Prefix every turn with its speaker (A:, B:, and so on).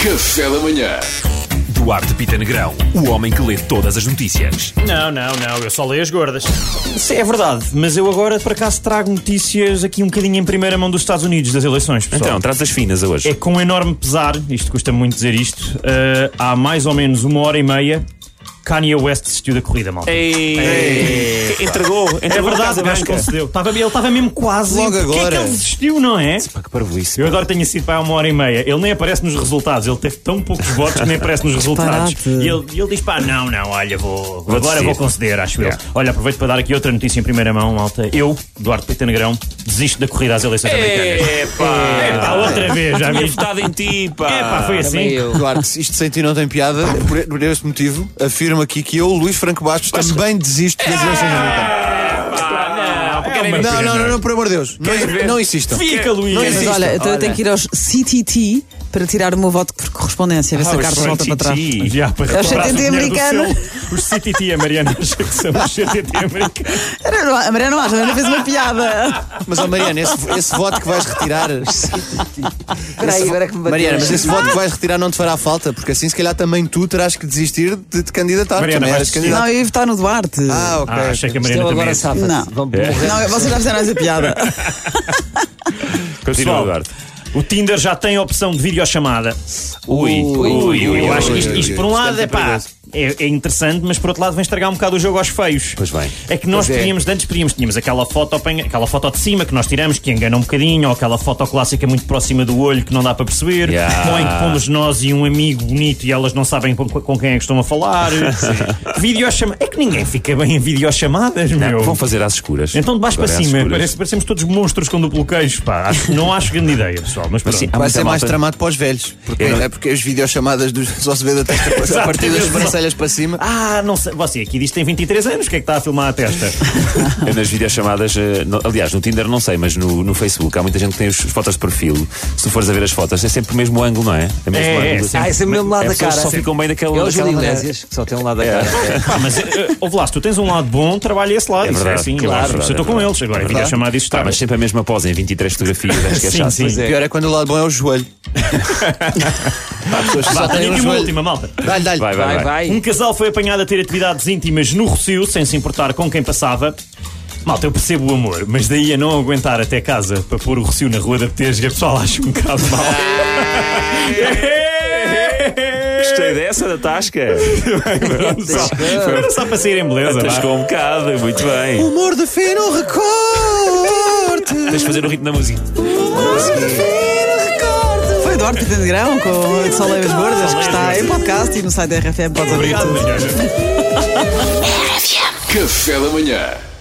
A: Café da manhã.
B: Duarte Pita Negrão, o homem que lê todas as notícias.
C: Não, não, não, eu só leio as gordas. Sim, é verdade, mas eu agora por acaso trago notícias aqui um bocadinho em primeira mão dos Estados Unidos, das eleições, pessoal.
B: Então, traz as finas hoje.
C: É com enorme pesar, isto custa muito dizer isto, eh, há mais ou menos uma hora e meia, Kanye West desistiu da corrida, malta.
B: Ei, Entregou,
C: É
B: entregou a
C: verdade,
B: Casa
C: o gajo
B: Branca.
C: concedeu. Tava- ele estava mesmo quase.
D: Logo
C: Porquê
D: agora.
C: é que ele desistiu, não é?
B: Pá, que parvoíce.
C: Eu adoro que tenha sido para uma hora e meia. Ele nem aparece nos resultados. Ele teve tão poucos votos que nem aparece nos resultados. E
D: Disparate.
C: ele, e ele diz: pá, não, não, olha, vou, agora
B: desistir.
C: vou conceder, acho eu. Olha, aproveito para dar aqui outra notícia em primeira mão, malta. Eu, Duarte Pita Negrão, desisto da corrida às eleições americanas.
B: Epá,
C: Epá, É, outra vez, já
B: tinha
C: vi.
B: votado em ti, pá.
C: Epá, foi assim.
D: Duarte, se isto sem ti não tem piada, por, por este motivo, afirmo aqui que eu, Luís Franco Bastos, também desisto das eleições
C: Ah,
D: americanas.
B: Pá, Ah! não, porque
C: uma
B: era
C: pena.
D: Não, não, não, não, por amor de Deus. Não,
B: ver?
D: não insistam.
C: Fica, Luís.
D: Não
E: Mas
D: existe.
E: olha, então eu tenho que ir aos CTT para tirar o meu voto por correspondência,
C: Ah,
B: Ah,
E: ver se a carta volta para trás.
B: Sim.
C: Já, para
E: É o
C: recuperar
E: CTT
C: a mulher do
E: americano.
C: seu- Os CTT, a Mariana acha que são os CTT americanos.
E: Era- não- A Mariana não acha, a Mariana fez uma piada.
D: Mas, ó Mariana, esse, esse voto que vais retirar.
E: Peraí, agora é que me bateu.
D: Mariana, mas esse voto que vais retirar não te fará falta, porque assim, se calhar, também tu terás que desistir de te candidatar.
C: Mariana,
D: também
C: vais
D: eras
C: desistir?
D: candidato.
E: Não, eu ia votar no Duarte.
D: Ah, ok.
C: Ah, achei que a Mariana
F: Então
C: também. é
F: agora
C: assim.
F: safa
E: Não.
F: Vão morrer.
E: Não, vocês já fizeram essa piada.
B: Continua,
C: Pessoal,
B: Duarte.
C: O Tinder já tem a opção de videochamada.
B: Ui, ui, ui.
C: Eu acho que isto, isto, por um
D: Isto
C: lado,
D: é
C: é pá.
D: perigoso.
C: É, é interessante, mas por outro lado vem estragar um bocado o jogo aos feios.
B: Pois bem.
C: É que nós podíamos, antes podíamos, tínhamos aquela foto, apanha- aquela foto de cima que nós tiramos, que engana um bocadinho, ou aquela foto clássica muito próxima do olho que não dá para perceber,
B: Yeah.
C: ou em que pomos nós e um amigo bonito e elas não sabem com, com quem é que estão a falar. Videochama- É que ninguém fica bem em videochamadas, meu.
B: Vão fazer às escuras.
C: Então de baixo
B: Agora é
C: para
B: às
C: cima,
B: escuras.
C: parece- parecemos todos monstros com duplo queijo, pá. Acho- não acho grande ideia, pessoal, mas pronto.
B: sim, há
D: Vai
B: muita
D: ser mais
B: malta-
D: tramado para os velhos. Porque,
B: Eu não-
D: é porque as videochamadas dos só se vê da testa a partir das sobrancelhas para cima.
C: Ah, não sei, você aqui diz que tem 23 anos, o que é que está a filmar a testa?
B: Eu nas videochamadas, eh, no- aliás, no Tinder não sei, mas no, no Facebook há muita gente que tem as fotos de perfil. Se tu fores a ver as fotos, é sempre o mesmo ângulo, não é? É, o mesmo
C: É, é,
B: ângulo,
C: sim.
F: Ah, esse é o mesmo
B: Mas
F: lado da
B: as pessoas
F: cara.
B: Só ficam bem daquela,
F: É o
B: daquela
F: Júlio
B: maneira.
F: Iglesias, que só tem um lado da cara.
C: Pá, mas, eh, eh, ouve lá, se tu tens um lado bom, trabalha esse lado.
B: É
C: Isso
B: verdade,
C: assim, eu
B: claro,
C: acho.
B: é verdade,
C: Se eu estou com
B: é
C: eles agora,
B: É
C: vídeo
B: verdade.
C: chamada isso
B: Pá,
C: está.
B: mas sempre a mesma pose em 23 fotografias, acho que é
C: Sim,
B: chato.
C: sim.
B: Pois é.
D: Pior é quando o lado bom é o joelho.
C: Vá,
D: tem
C: tenho
D: um
C: aqui Ah, uma
D: joelho.
C: última, malta.
D: Dá-lhe, dá-lhe.
B: Vai, vai,
F: Vai,
B: vai.
C: Um
F: vai.
C: casal foi apanhado a ter atividades íntimas no Rocio, sem se importar com quem passava. Malta, eu percebo o amor, mas daí a não aguentar até casa para pôr o Rocio na rua da Betesga, pessoal, acho um bocado mal.
B: Ah, Gostei dessa da Tasca.
C: Só- Foi só para sair em beleza. vá.
B: Tascou um bocado, muito bem.
D: Humor de fino recorte.
B: Tens de fazer o ritmo da música.
E: Foi Duarte Tendegrão com o Soleil as Gordas, que está em podcast e no site da RFM podes ouvir
C: Obrigado,
E: tudo.
C: Mariana.
A: Café da manhã.